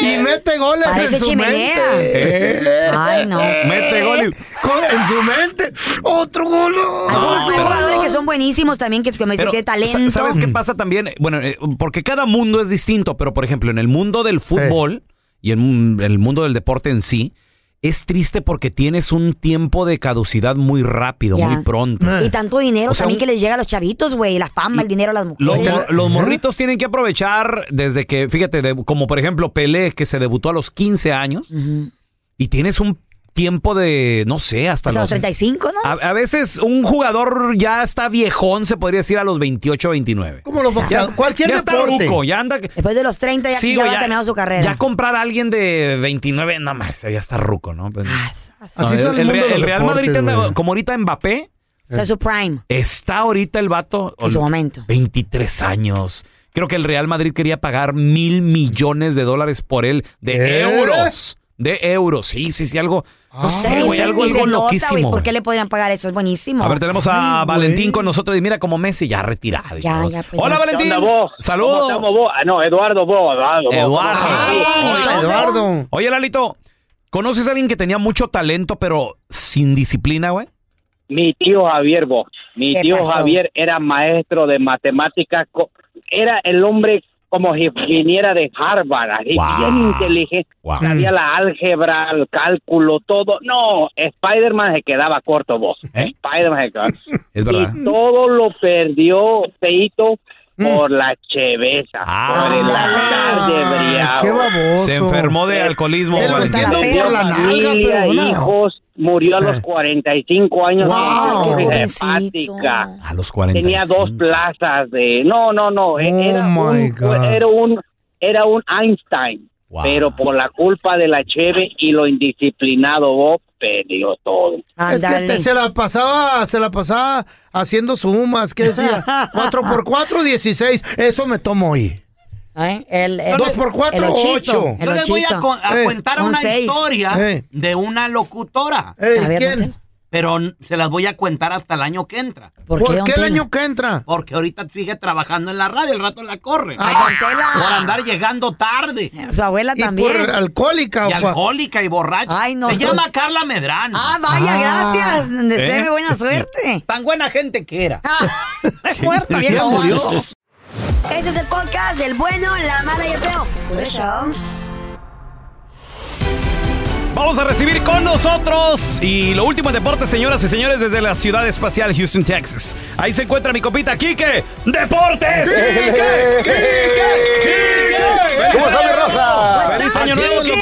Y mete goles
Parece
en su
chimenea.
mente. Eh.
Ay, no.
Mete gol. y-
Con- en su mente. Otro gol.
Algunos
pero-
jugadores que son buenísimos también, que, que me dicen
Pero,
que talento.
sa- ¿Sabes qué pasa también? Bueno, eh, porque cada mundo es distinto, pero por ejemplo, en el mundo del fútbol y en el mundo del deporte en sí, es triste porque tienes un tiempo de caducidad muy rápido,
Ya.
muy pronto.
Eh.
Y tanto dinero
O sea,
también
un-
que les llega a los chavitos, güey. La fama, el dinero a las
Los,
mujeres.
mor- los morritos tienen que aprovechar desde que, fíjate, de- como por ejemplo Pelé, que se debutó a los 15 años,
Ujú.
y tienes un tiempo de, no sé, hasta
Hasta los
los... Ah.
35, ¿no?
A, a veces un jugador ya está viejón, se podría decir, a los 28, 29.
Como los boxeadores. Cualquier
ya está
deporte.
ruco, ya anda...
Después de los 30 ya,
Sí,
ya
güey,
ha terminado su carrera.
Ya comprar a alguien de 29, nada más, ya está ruco, ¿no? Pues,
Ah, s- s-
no,
Así
el,
son el
el Real-
mundo de los
el Real
deportes,
Madrid, anda-
güey.
como ahorita Mbappé,
o sea, su prime.
está ahorita el vato.
En su momento.
23 años. Creo que el Real Madrid quería pagar mil millones de dólares por él, de
¿Eh?
euros. de euros. Sí, sí, sí, algo. No sé,
Pero
güey,
se-
algo,
y se
algo
nota, Ah. güey,
loquísimo.
¿Por qué le podrían pagar eso? Es buenísimo.
A ver, tenemos a
Ay, güey.
Valentín con nosotros y mira como Messi ya retirado. y
Ya,
todo.
ya, pues,
Hola,
ya.
Valentín.
¿Cómo
Saludos.
estamos vos? Ah, no, Eduardo, vos, Eduardo. vos. Ah,
Eduardo.
¿Cómo estás?
Ah,
Ay,
Hola,
entonces-
Eduardo.
Oye, Lalito, ¿conoces a alguien que tenía mucho talento pero sin disciplina, güey?
Mi tío Javier, vos. Mi
¿Qué
tío
pasó?
Javier era maestro de matemáticas. co- Era el hombre como si viniera de Harvard, así,
Guau.
bien inteligente.
Guau.
Sabía la álgebra, el cálculo, todo. No, Spider-Man se quedaba corto, vos.
¿Eh?
Spider-Man
<laughs>
se quedaba
Es verdad.
Y todo lo perdió Peito por la cheveza,
Ah.
por el
Mm. Ah,
azar de briago.
qué baboso.
Se enfermó de
Eh,
alcoholismo,
Él lo
Valentín.
entiendo
Valentín.
por la nalga,
Familia,
pero no.
hijos, murió a
Eh.
los 45 años
Guau.
con
Qué
cirrosis
pobrecito.
hepática.
A los 40.
Tenía dos plazas de... No, no, no, e-
Oh,
era,
my
un,
God.
era un era un Einstein,
Guau.
pero por la culpa de la cheve y lo indisciplinado Bob perdió todo.
Es que
Ándale.
te- se la pasaba, se la pasaba haciendo sumas, ¿qué decía? 4 por 4, 16. Eso me tomo hoy.
¿Eh? El, el-
Dos por cuatro,
el ochito,
ocho.
el
Yo les voy a,
ochito.
con- a
Eh,
contar
un
una
seis.
historia
Eh.
de una locutora,
Ey,
A ver,
¿quién?
Nutella.
pero n- se las voy a contar hasta el año que entra.
¿Por,
¿Por
don
qué el
Tela?
año que entra?
Porque ahorita sigue trabajando en la radio, el rato la corre.
Ay, Ah, don Tela.
Por andar llegando tarde.
Su abuela
Ah. ¿Y
Ah, también.
por alcohólica
Y
o cuál?
alcohólica y borracha.
Ay, no,
Se
no.
llama Carla Medrano.
Ah, vaya,
Ah.
gracias. Deseame
¿Eh? <laughs>
buena suerte.
Tan buena gente que era.
Ah, <laughs> muerto,
Ya
viejo.
murió.
Ese Este es el podcast del bueno, la mala y el feo. Por eso.
Vamos a recibir con nosotros y lo último en deportes, señoras y señores, desde la ciudad espacial Houston, Texas. Ahí se encuentra mi copita Quique.
<laughs>
¡Deportes! ¡Quique! ¡Quique! ¡Quique!
¿Cómo está mi raza? Pues
¡Feliz año nuevo, loco!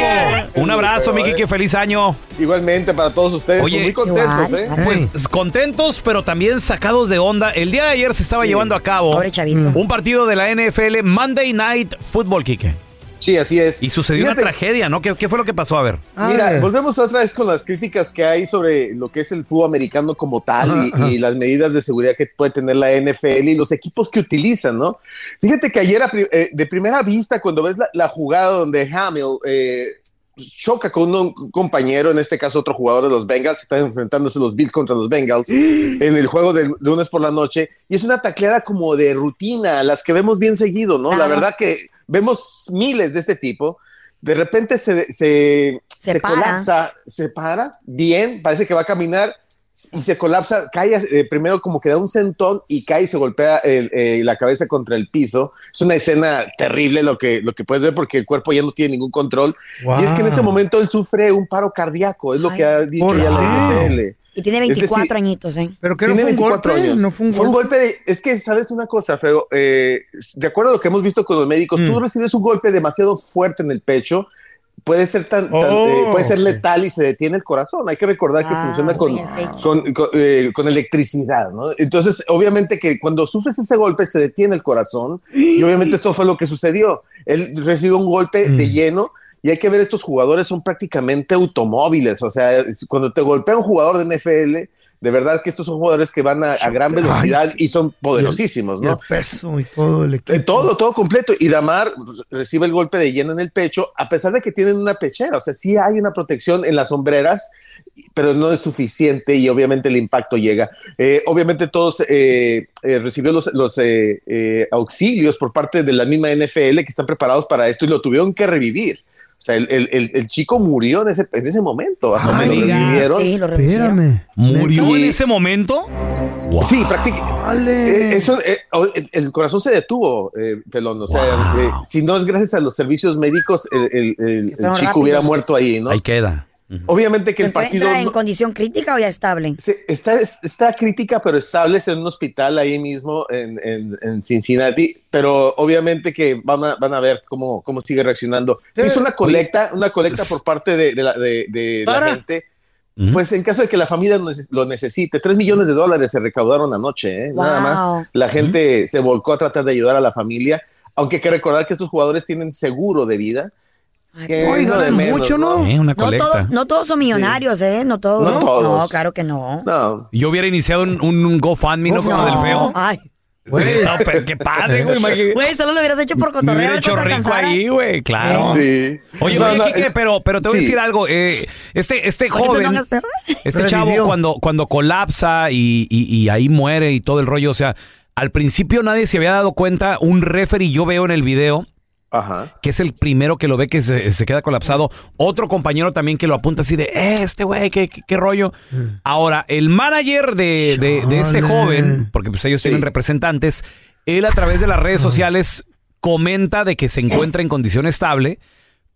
Un abrazo, mi Quique. ¡Feliz año!
Igualmente para todos ustedes,
Oye,
muy contentos, ¿eh?
Pues contentos, pero también sacados de onda. El día de ayer se estaba llevando a cabo
Pobre chavito.
un partido de la NFL Monday Night Football, Quique.
Sí, así es.
Y sucedió
Fíjate,
una tragedia, ¿no? ¿Qué, qué fue lo que pasó? A ver.
A
Mira,
ver.
volvemos otra vez con las críticas que hay sobre lo que es el fútbol americano como tal y, y las medidas de seguridad que puede tener la NFL y los equipos que utilizan, ¿no? Fíjate que ayer a pri- eh, de primera vista, cuando ves la, la jugada donde Hamill eh, choca con un compañero, en este caso otro jugador de los Bengals, están enfrentándose los Bills contra los Bengals en el juego del lunes por la noche, y es una tacleada como de rutina, las que vemos bien seguido, ¿no? La
Claro.
verdad que vemos miles de este tipo. De repente se, se,
Se
se
para.
colapsa, se para, bien, parece que va a caminar y se colapsa, cae eh, primero como que da un sentón y cae y se golpea el- eh, la cabeza contra el piso. Es una escena terrible lo que, lo que puedes ver porque el cuerpo ya no tiene ningún control. Y es que en ese momento él sufre un paro cardíaco, es lo
Ay.
que ha dicho
¿Por
ya la
qué?
NFL.
Y tiene
Es decir-
24 añitos, ¿eh?
Pero que no
Tiene
fue un
24
golpe,
años.
no fue un golpe.
de- es que, ¿sabes una cosa, Feo? Eh, de acuerdo a lo que hemos visto con los médicos,
Mm.
tú recibes un golpe demasiado fuerte en el pecho, puede ser, tan, tan, eh,
Oh,
puede ser
ok.
letal y se detiene el corazón. Hay que recordar que
Ah,
funciona con,
en el pecho.
con, con, eh, con electricidad, ¿no? Entonces, obviamente que cuando sufres ese golpe se detiene el corazón y obviamente esto fue lo que sucedió. Él recibió un golpe
Mm.
de lleno y hay que ver, estos jugadores son prácticamente automóviles, o sea, es- cuando te golpea un jugador de NFL, de verdad que estos son jugadores que van a, a gran
Ay,
velocidad
sí.
y son poderosísimos,
Y el
¿no?
peso y todo el equipo.
Eh, Todo, todo completo. Y Damar recibe el golpe de lleno en el pecho, a pesar de que tienen una pechera. O sea, sí hay una protección en las sombreras, pero no es suficiente y obviamente el impacto llega. Eh, obviamente todos eh, eh, recibió los, los, eh, eh, auxilios por parte de la misma NFL que están preparados para esto y lo tuvieron que revivir. O sea, el, el- el- el chico murió en ese, en ese momento. Hasta
No
que
me
lo
digas.
revivieron.
Sí, lo revisaron.
Espérame.
¿Murió en
Y-
ese momento?
Sí, prácticamente.
Vale.
Eh, Eso, eh, o- el, el corazón se detuvo, eh, Pelón. O sea, eh, si no es gracias a los servicios médicos,
Que
el, el- el-
fueron
el chico
rápidos.
hubiera muerto ahí, ¿no?
Ahí queda.
Obviamente que
¿Se
el partido
encuentra en
no-
condición crítica o ya estable?
se- está, está crítica, pero estable es en un hospital ahí mismo en, en- en Cincinnati. Pero obviamente que van a, van a ver cómo, cómo sigue reaccionando. Se hizo una colecta, una colecta por parte de, de la, de- de la
Para.
gente. Pues en caso de que la familia lo neces- lo necesite, 3 millones de dólares se recaudaron anoche, ¿eh? nada
Wow.
más. La gente se volcó a tratar de ayudar a la familia, aunque hay que recordar que estos jugadores tienen seguro de vida.
Ay,
que
Ay,
es lo de
ganan
menos,
mucho, Oh. ¿no?
Eh, una
No todos,
colecta.
no todos son millonarios, ¿eh? No todos.
No todos.
claro que no.
No,
Yo hubiera iniciado un, un, un GoFundMe, ¿no? Como del feo.
Ay,
Güey.
No, pero qué padre, güey. imagínate.
Güey, solo lo hubieras hecho por
Me
cotorreo.
hubiera
a ver
hecho
cuánto
rico
alcanzabas.
ahí, güey, claro.
Sí.
Oye,
No,
oye,
no,
Quique,
eh,
pero, pero te voy a
sí.
decir algo. eh, este este
Oye, pero no
joven,
hagas peor.
este
Revivió.
chavo, cuando, cuando colapsa y, y- y ahí muere y todo el rollo, o sea, al principio nadie se había dado cuenta. Un referee yo veo en el video
Ajá.
que es el primero que lo ve que se, se queda colapsado. Otro compañero también que lo apunta así de, "Eh, este güey, ¿qué, qué, qué rollo. Ahora, el manager de, de- de este
Chale.
joven, porque pues ellos tienen
Sí.
representantes, él a través de las redes sociales comenta de que se encuentra en condición estable,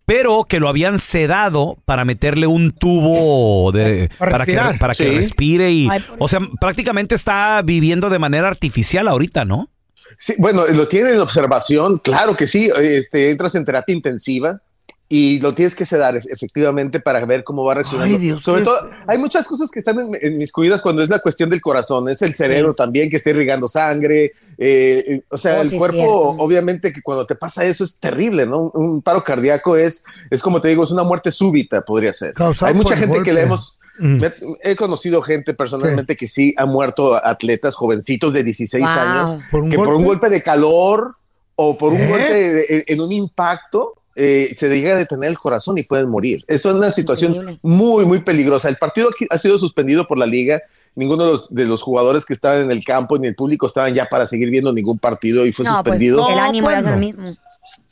pero que lo habían sedado para meterle un tubo de,
Para
para, que,
respirar.
para que
Sí.
respire y...
Ay, pobre.
o sea, prácticamente está viviendo de manera artificial ahorita, ¿no?
Sí, bueno, lo tienen en observación, claro que sí. Este, entras en terapia intensiva y lo tienes que sedar e- efectivamente para ver cómo va reaccionando.
Ay, Dios
Sobre
mío.
todo, hay muchas cosas que están en, en mis cuidas cuando es la cuestión del corazón, es el cerebro también que está irrigando sangre. eh, eh, o sea,
Oh,
el
sí,
cuerpo,
cierto.
obviamente, que cuando te pasa eso es terrible, ¿no? Un, un paro cardíaco es, es como te digo, es una muerte súbita, podría ser.
Causado
hay mucha
por el
gente que le
golpe.
hemos. me- He conocido gente personalmente que sí ha muerto atletas jovencitos de 16
Wow.
años
¿Por un
que por
golpe?
un golpe de calor o por un
¿Eh?
golpe de- de- en un impacto eh, se llega a detener el corazón y pueden morir. Eso es una situación
Increíble.
muy, muy peligrosa. El partido aquí ha sido suspendido por la liga. Ninguno de los, de los jugadores que estaban en el campo ni el público estaban ya para seguir viendo ningún partido y fue
No, pues
suspendido.
el
No,
ánimo
pues,
era
no.
el mismo.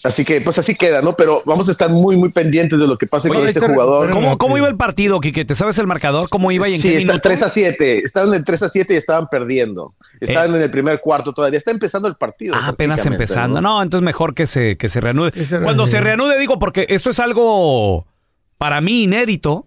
Así que, pues así queda, ¿no? Pero vamos a estar muy, muy pendientes de lo que pase
Oye,
con este
este re-
jugador.
Pero
¿Cómo,
no,
cómo
que-
iba el partido, Quique? ¿Te sabes el marcador? ¿Cómo iba y en
sí,
qué
está
minuto? Eh.
3 a 7. Estaban en 3 a 7 y estaban perdiendo. Estaban en el primer cuarto todavía. Está empezando el partido.
Ah, apenas
prácticamente,
empezando. ¿no? entonces mejor que se, que se reanude.
Que se reanude.
Cuando se reanude, digo, porque esto es algo para mí inédito.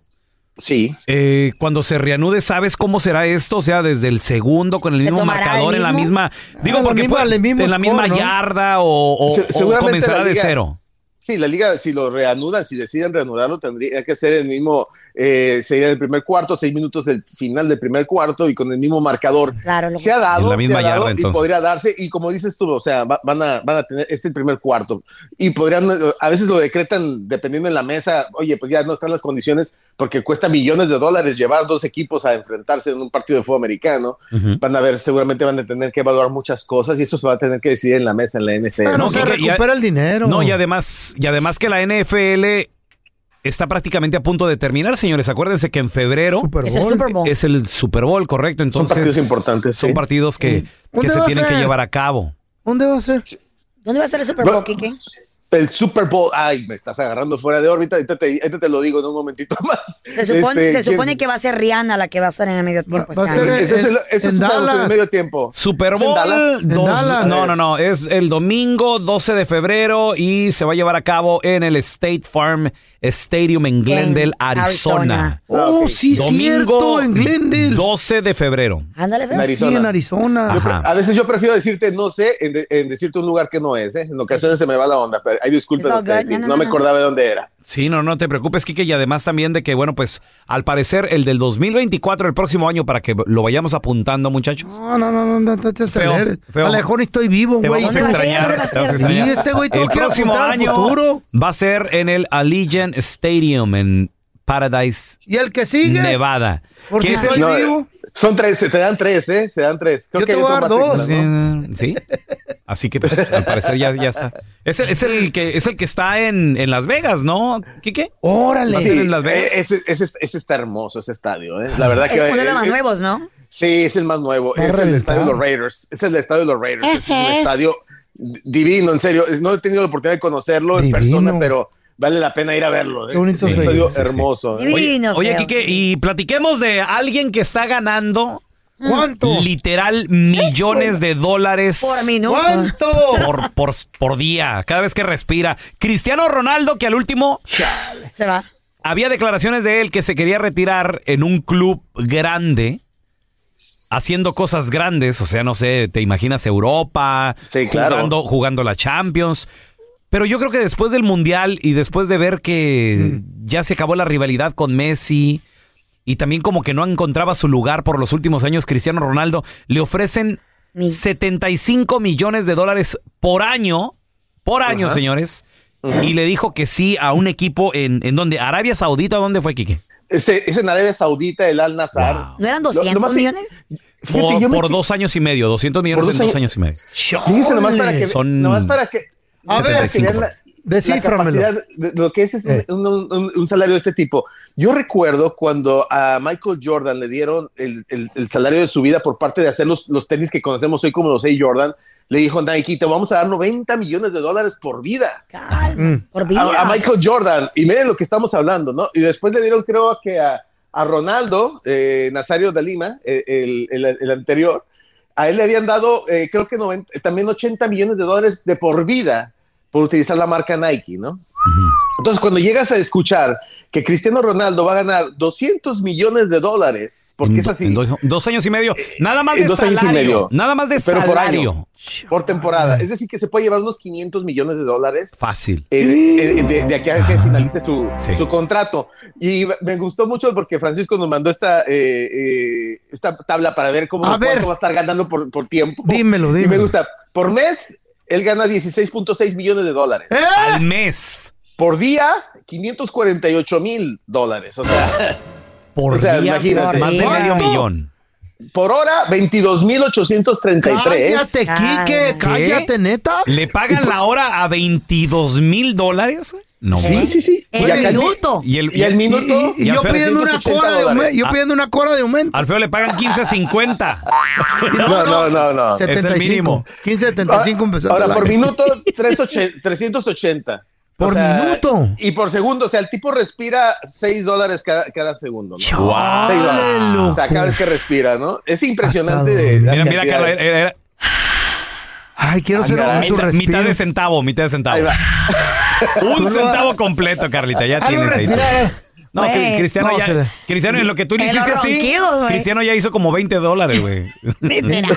Sí.
Eh, cuando se reanude, ¿sabes cómo será esto? O sea, desde el segundo, con el
¿Se
mismo
tomará el
marcador, en la
mismo?
misma.
Ah,
Digo,
la
porque
misma-
puede-
el mismo
en la
score,
misma
¿no?
yarda o, o-
Se-
o
seguramente
comenzará
la
de
liga-
cero.
Sí, la liga, si lo reanudan, si deciden reanudarlo, tendría que ser el mismo, eh, sería el primer cuarto, seis minutos del final del primer cuarto y con el mismo marcador.
Claro, lo
Se ha dado,
En la misma
se ha dado
yarda,
y
entonces.
podría darse, y como dices tú, o sea, va- van, a, van a tener, este el primer cuarto, y podrían, eh, a veces lo decretan dependiendo en la mesa, oye, pues ya no están las condiciones, porque cuesta millones de dólares llevar dos equipos a enfrentarse en un partido de fútbol americano,
Ujú.
van a ver, seguramente van a tener que evaluar muchas cosas, y eso se va a tener que decidir en la mesa, en la NFL.
Pero
No,
Ah, no, se
Quique, ya-
recupera el dinero.
No, y además, y además que la NFL está prácticamente a punto de terminar, señores. Acuérdense que en febrero.
Super
Es el
Bowl.
Super Bowl.
Es el Super Bowl, correcto. Entonces,
partidos importantes,
Son
sí. Pues
partidos que, que
¿Dónde
se
va a
tienen que
ser?
llevar a cabo.
¿Dónde va a ser?
¿Dónde va a ser el Super Bowl,
Bueno,
Kike?
El Super Bowl, ay, me estás agarrando fuera de órbita, ahorita te, ahorita te lo digo en un momentito <laughs> más.
Se supone,
Este,
se supone
¿quién?
que va a ser Rihanna la que va a estar en el medio tiempo.
va a
este
ser
año.
Eso es el, eso es
En
el
Dallas.
medio tiempo.
Super
¿Es en
Bowl.
Dallas?
En
dos-
Dallas.
No, no, no. Es el domingo 12 de febrero y se va a llevar a cabo en el State Farm Stadium en Glendale, Arizona.
Arizona.
Ah,
Oh,
ok.
sí, cierto, en Glendale. Ah,
12 de febrero.
Ándale, ve.
En Arizona.
Sí, en Arizona.
Yo
Ajá.
pre- a veces yo prefiero decirte no sé en, de- en decirte un lugar que no es. ¿eh? En ocasiones se me va la onda, pero hay disculpas.
It's all
a ustedes,
good.
sí,
No, no,
no,
no,
me
no.
acordaba de dónde era.
Sí, no, no te preocupes, Kike. Y además también de que, bueno, pues al parecer el del 2024, el próximo año, para que lo vayamos apuntando, muchachos.
No, no, no, no, no, no te
Feo,
aceleres.
feo.
A lo mejor estoy vivo,
Te
güey.
vamos a
¿Dónde va a ser?
extrañar.
¿Dónde va a
te vamos a
ser?
extrañar.
Y este güey todo
el
quiere
próximo
apuntar al
año
futuro.
va a ser en el Allegiant Stadium en Paradise,
Y el que sigue.
Nevada.
Porque
Que es
soy
el-
No, eh,
vivo.
son tres, se te dan tres, ¿eh? Se dan tres. Creo
Yo
que
te
hay
voy a
otro
dar
más
dos.
extra, ¿no?
Sí. Así que pues, al parecer ya, ya está. Es el, es el que es el que está en, en Las Vegas, ¿no, Quique?
Órale.
Va a
Sí,
ser en Las Vegas.
eh, ese, ese- ese está hermoso, ese estadio. ¿eh? La verdad
Es
que
uno de los más
eh,
nuevos, ¿no?
Sí, es el más nuevo.
Va a
es el
reventar.
estadio de los Raiders. Es el estadio de los Raiders. Es un estadio d- divino, en serio. No he tenido la oportunidad de conocerlo
Divino.
en persona, pero vale la pena ir a verlo. ¿eh?
Qué bonito
es un
sueño.
estadio
Sí, sí, sí.
hermoso. ¿eh?
Divino.
Oye, oye,
feo.
Quique, y platiquemos de alguien que está ganando
Mm. ¿Cuánto?
literal millones de dólares
Por minuto.
¿Cuánto?
por, por- por día, cada vez que respira. Cristiano Ronaldo, que al último
Se va.
había declaraciones de él que se quería retirar en un club grande, haciendo cosas grandes, o sea, no sé, te imaginas Europa,
Sí, claro.
jugando, jugando la Champions. Pero yo creo que después del Mundial y después de ver que
Mm.
ya se acabó la rivalidad con Messi y también como que no encontraba su lugar por los últimos años, Cristiano Ronaldo, le ofrecen
Mi-
75 millones de dólares por año, por año, señores. Y le dijo que sí a un equipo en, en donde, Arabia Saudita, ¿dónde fue, Quique?
Ese- es en Arabia Saudita, el Al Nazar.
¿No eran
Lo- lo
200
más-
millones?
Fíjate,
por
yo me
por
que-
dos años y medio, 200 millones
Por
en
dos
dos años
años-
y medio.
Fíjense nomás para que,
Son-
nomás para que,
A
para que
75.
vean la- la
Descíframelo.
capacidad de lo que es, es un-
Eh.
un, un- un salario de este tipo. Yo recuerdo cuando a Michael Jordan le dieron el, el- el salario de su vida por parte de hacer los, los tenis que conocemos hoy como los A. Jordan, le dijo Nike, te vamos a dar 90 millones de dólares por vida
Calma, por vida.
a, a Michael Jordan. Y miren lo que estamos hablando, ¿no? Y después le dieron, creo que a, a Ronaldo, eh, Nazario de Lima, eh, el, el- el anterior, a él le habían dado, eh, creo que 90 también 80 millones de dólares de por vida por utilizar la marca Nike, ¿no? Entonces, cuando llegas a escuchar que Cristiano Ronaldo va a ganar 200 millones de dólares, porque
En
es
do-
así, Eh,
en dos, dos años y medio. Nada más
en
de
dos años y
salario.
medio.
Nada más de
Pero por
salario.
año. por temporada, es decir, que se puede llevar unos 500 millones de dólares
Fácil.
eh, eh, de, de aquí a que finalice su,
Sí.
su contrato. Y me gustó mucho porque Francisco nos mandó esta, eh, eh, esta tabla para ver cómo
A
cuánto
ver.
va a estar ganando por, por tiempo.
Dímelo,
Y me
dímelo.
gusta. Por mes, él gana 16.6 millones de dólares.
Al mes.
Por día, 548 mil dólares. O sea,
Por
O sea,
día,
imagínate.
Más de medio
¿Cuánto?
millón.
por hora, 22.833.
Cállate,
Calma.
Quique, cállate, neta.
¿Le pagan la hora a 22 mil dólares? No.
Sí, sí, sí. pues
El
Y acá-
Oh. minuto.
<laughs> Y el,
Y el
Y,
minuto.
y- y
Y al
yo
feo,
pidiendo una
180
cora de aumento.
dólares.
Yo pidiendo una cora de aumento.
Al feo le pagan 15.50.
No, no, no, no. Ah,
el
75.
mínimo.
15.75 empezó.
Ahora, por minuto, 380, 380.
¿Por minuto?
Y por segundo, o sea, el tipo respira 6 dólares cada, cada segundo. ¿no?
Guau.
6 dólares. O sea,
loco.
cada vez que respira, ¿no? Es impresionante.
Hasta
de la
Mira, mira,
cantidad
Carla,
de-
era- era-
Ay, quiero hacer
Ay,
un su
mitad,
respiro.
mitad de centavo, mitad de centavo.
Ahí va.
<laughs> Un centavo completo, Carlita, ya
Hazlo
tienes ahí.
respirar.
No,
Güey.
Cri- Cristiano
No, se le-
ya. Cristiano, en lo que tú le
pues. Pero
hiciste así,
ronquidos, güey.
Cristiano ya hizo como 20 dólares,
<laughs>
güey.
Literal.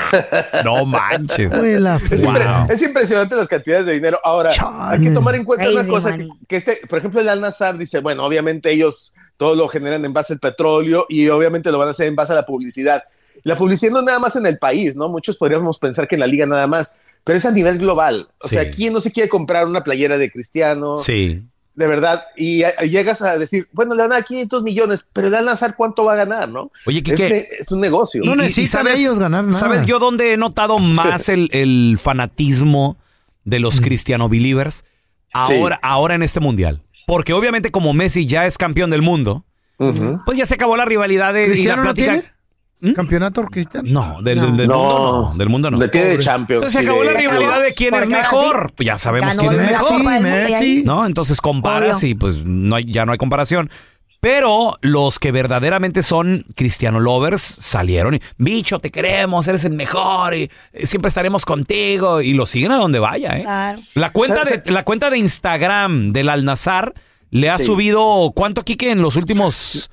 No manches.
Güey, la
Es,
Wow.
impre- es impresionante las cantidades de dinero. Ahora,
Chale.
hay que tomar en cuenta
Crazy
una cosa, que,
money.
que este, por ejemplo, el Al-Nazar dice, bueno, obviamente ellos todo lo generan en base al petróleo y obviamente lo van a hacer en base a la publicidad. La publicidad no nada más en el país, ¿no? Muchos podríamos pensar que en la liga nada más, pero es a nivel global. O
Sí.
sea, ¿quién no se quiere comprar una playera de Cristiano?
Sí.
De verdad, y a- llegas a decir, bueno, le van a dar 500 millones, pero el Al-Nazar, ¿cuánto va a ganar, no?
Oye,
Es,
Quique.
ne- es un negocio.
No necesitan ellos ganar nada.
Ah.
¿Sabes yo dónde he notado más el, el fanatismo de los cristiano believers? Ahora, ahora en este mundial. Porque obviamente, como Messi ya es campeón del mundo,
Ujú.
pues ya se acabó la rivalidad de, y la
¿Cristiano no
plática.
tiene? ¿Campeonato cristiano?
No, del, del- del mundo no. Del mundo no.
Le tiene de Champions.
Entonces se
y
acabó
de-
la rivalidad de quién es
Porque ahora
mejor.
sí,
Pues ya sabemos
ganó
quién es
el
mejor.
mejor.
Messi, Messi.
¿no? Entonces comparas
Obvio.
y pues no hay- ya no hay comparación. Pero los que verdaderamente son cristiano lovers salieron y, bicho, te queremos, eres el mejor y eh, siempre estaremos contigo y lo siguen a donde vaya, ¿eh?
Claro.
La cuenta de
¿Sabes?
la cuenta de Instagram del Alnazar le ha
Sí.
subido cuánto Kike en los últimos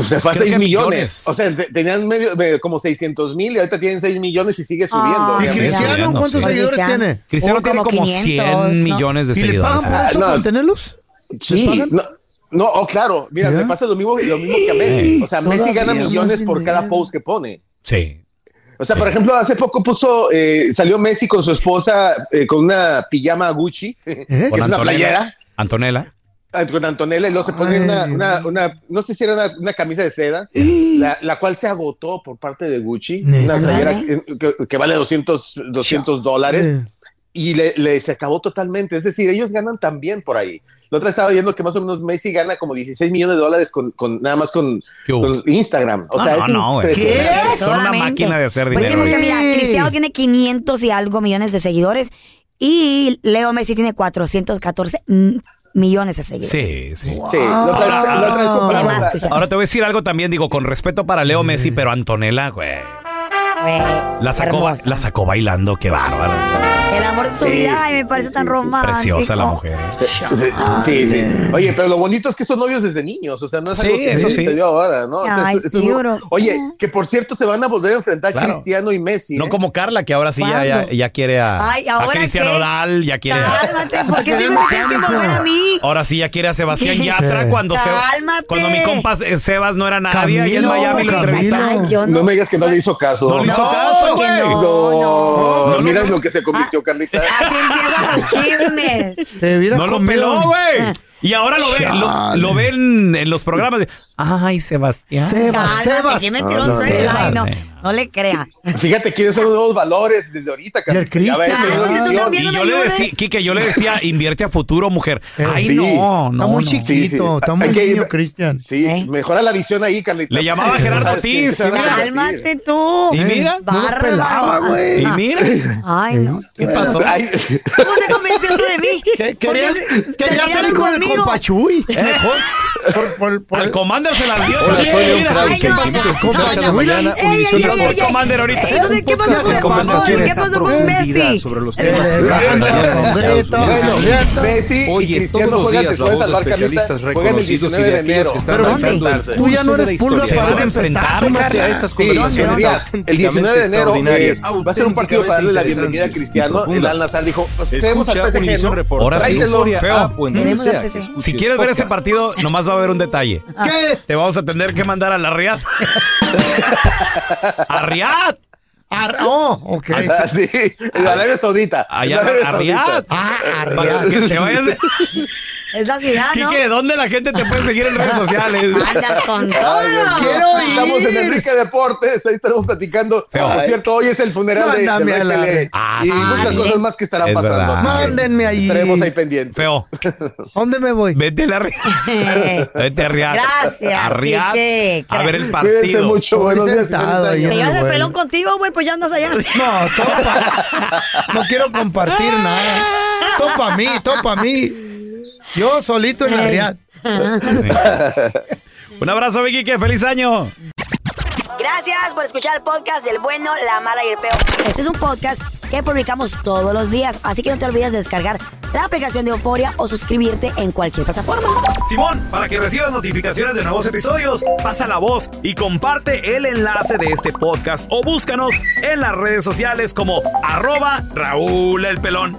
Se Eh, fue a
Creo
6
que
millones.
millones.
O sea, te- tenían medio, medio como 600 mil y ahorita tienen 6 millones y sigue subiendo.
Ah,
¿Y
sí,
obviamente.
sí.
Cristiano
Cristiano,
cuántos
sí.
seguidores
Cristiano.
tiene?
Cristiano
Oh,
tiene
como
como
500,
100
¿no?
millones de
¿Y le
seguidores. eh.
pagan por
Ah,
eso,
no.
por tenerlos?
Sí,
¿Le pagan?
no, no, oh, claro. Mira,
¿Ya?
me pasa lo mismo, lo mismo que a Messi. O sea, Messi
Todavía
gana
más
millones por
dinero.
cada post que pone.
Sí.
O sea, por ejemplo, hace poco puso, eh, salió Messi con su esposa eh, con una pijama Gucci,
¿Eh?
que es una playera.
Antonella.
Ah, con Antonella y luego se pone
Ay,
una,
Dios.
una- una- no sé si era una, una camisa de seda, la, la cual se agotó por parte de Gucci,
Neta.
una playera que, que- que vale 200, 200 dólares y le, le- se acabó totalmente. Es decir, ellos ganan también por ahí. La otra estaba viendo que más o menos Messi gana como 16 millones de dólares con, con- nada más con,
¿Qué hubo?
con Instagram. Pues,
No,
O sea,
no,
es
no, güey.
impresionante.
Son una
Solamente.
máquina de hacer
Pues sí,
dinero,
porque
güey.
mira, Cristiano tiene 500 y algo millones de seguidores y Leo Messi tiene 414 m- millones de seguidores.
Sí, sí.
Sí, la otra vez- la otra vez comparamos
Tiene más
la-
Cristiano.
Ahora te voy a decir algo también, digo, con respeto para
Mm.
Leo Messi, pero Antonella, güey.
Güey,
La sacó,
hermosa.
la sacó bailando, qué bárbaro.
El amor de su vida, ay, me parece tan romántico.
Preciosa la mujer. ¿eh?
Sí, sí, sí. Oye, pero lo bonito es que son novios desde niños, o sea, no es
Sí,
algo que
eso sí.
sucedió ahora, ¿no? O sea,
Ay,
eso- eso es
cute.
muy- Oye, que por cierto se van a volver a enfrentar
Claro.
Cristiano y Messi. ¿eh?
No como Carla, que ahora sí ya, ya,
¿Cuándo?
ya quiere a,
Ay,
a
ahora
Cristian
qué?
Odal, ya quiere a-
Cálmate, porque siempre me tienes que volver a mí.
Ahora sí ya quiere a Sebastián
<laughs> Sí.
Yatra cuando se-
Cálmate.
cuando mi compa eh, Sebas no era nadie y en
Camilo,
Miami lo
Camilo.
entrevistaron.
Ay, yo no.
No me digas que no le hizo caso.
No le hizo caso,
porque
güey.
no,
No,
no.
mira
No, Ah. no,
lo que se convirtió, Carlita.
Así empiezan Ah, los chismes.
Te hubiera
No lo
comido.
Ah.
peló, güey. Y ahora lo, ve, lo,
Chale.
lo ven en los programas. de, Ay, Sebastián.
Sebas,
Cálmate,
Sebas.
¿qué me
No,
tiró
no,
un cel?
Sebas.
Ay, no, no le crea.
Ah.
Fíjate quiénes son los nuevos valores desde ahorita.
Y el
carnal. Ya ves,
Cristian.
es una
Ah, ¿dónde tú
visión.
también?
Y
no
yo
me
le
ayudes.
decía, Quique, yo le decía, invierte a futuro, mujer.
Eh,
Ay,
sí.
no, no.
Está muy
no.
Sí, sí.
chiquito, está muy
Hay que-
niño, Cristian.
Sí,
¿Eh?
mejora la visión ahí, Carlita.
Le
<laughs>
llamaba Gerardo Ortiz, mira.
Cálmate tú.
Y mira,
No los
Bárbaro.
pelaba, güey.
y mira,
Ay, no.
¿qué pasó?
<laughs>
¿Cómo te convenció tú de mí?
¿Qué-
¿Por
Querías,
qué se-
querías
terminaron
salir con el
conmigo?
compachuy.
Eh, mejor,
Por- por- por-
al Commander se las dio.
Hola, soy León
Mira,
Krause.
¿qué pasó?
Ay, no,
que
no,
escucha
no,
cada
no.
mañana
Ey,
Univisión
ey, ey,
Radio.
ey, ey.
Commander ahorita.
Ey, ¿dónde- ¿Qué pasó con el Commander? ¿Qué pasó con Messi?
Concreto, concreto.
Messi y Cristiano juegan después de salvar Carlita. Juegan el 19 de enero.
Pero ¿dónde?
Tú ya no eres pulga
historia.
para
Se van a
enfrentarse,
enfrentar.
Carla.
Sí, el, día- el 19 de enero eh, va a ser un partido para darle la bienvenida a Cristiano. El Al Nazar dijo: Tenemos al PSG, ¿no?
Ahora sí,
Tráetelo.
ah,
feo.
Queremos al PC.
Si quieres ver ese partido, nomás va a haber un detalle.
¿Qué?
Te vamos a tener que mandar a la Riad. ¡A Riad!
Ar- oh, ok.
Ah, sí, en Arabia Saudita.
Allá
En Arabia
a Riad.
Saudita.
Ah, ar-
Para que te vayas.
Es la ciudad, Ah, ¿no? Ah,
Quique, ¿dónde la gente te puede seguir en redes sociales?
Andas con
Ay, Dios mío.
todo.
Quiero ir.
Estamos en Enrique Deportes, ahí estaremos platicando.
Feo.
Por cierto, hoy es el funeral
No,
de, de
dame a la-
Pelé.
Ah,
y
sí.
muchas cosas más que estarán
Es
pasando.
verdad.
Así que
Mándenme ahí.
Estaremos ahí pendientes.
Feo.
¿Dónde me voy?
Vete a la Riad.
<laughs>
Vete a Riad.
Gracias,
A Riad.
Quique.
A ver el
Cuídense
partido.
mucho,
Estoy
buenos días. y
sentado
feliz año.
¿Te
ahí.
llevas el
Bueno.
pelón contigo, güey? Pues ya andas allá.
No, todo pa- No quiero compartir nada. Topa a mí, topa a mí. Yo solito en la realidad.
<laughs> Un abrazo, Vicky, que feliz año.
Gracias por escuchar el podcast del bueno, la mala y el peor. Este es un podcast que publicamos todos los días, así que no te olvides de descargar la aplicación de Euforia o suscribirte en cualquier plataforma.
Simón, para que recibas notificaciones de nuevos episodios, pasa la voz y comparte el enlace de este podcast o búscanos en las redes sociales como arroba Raúl el Pelón.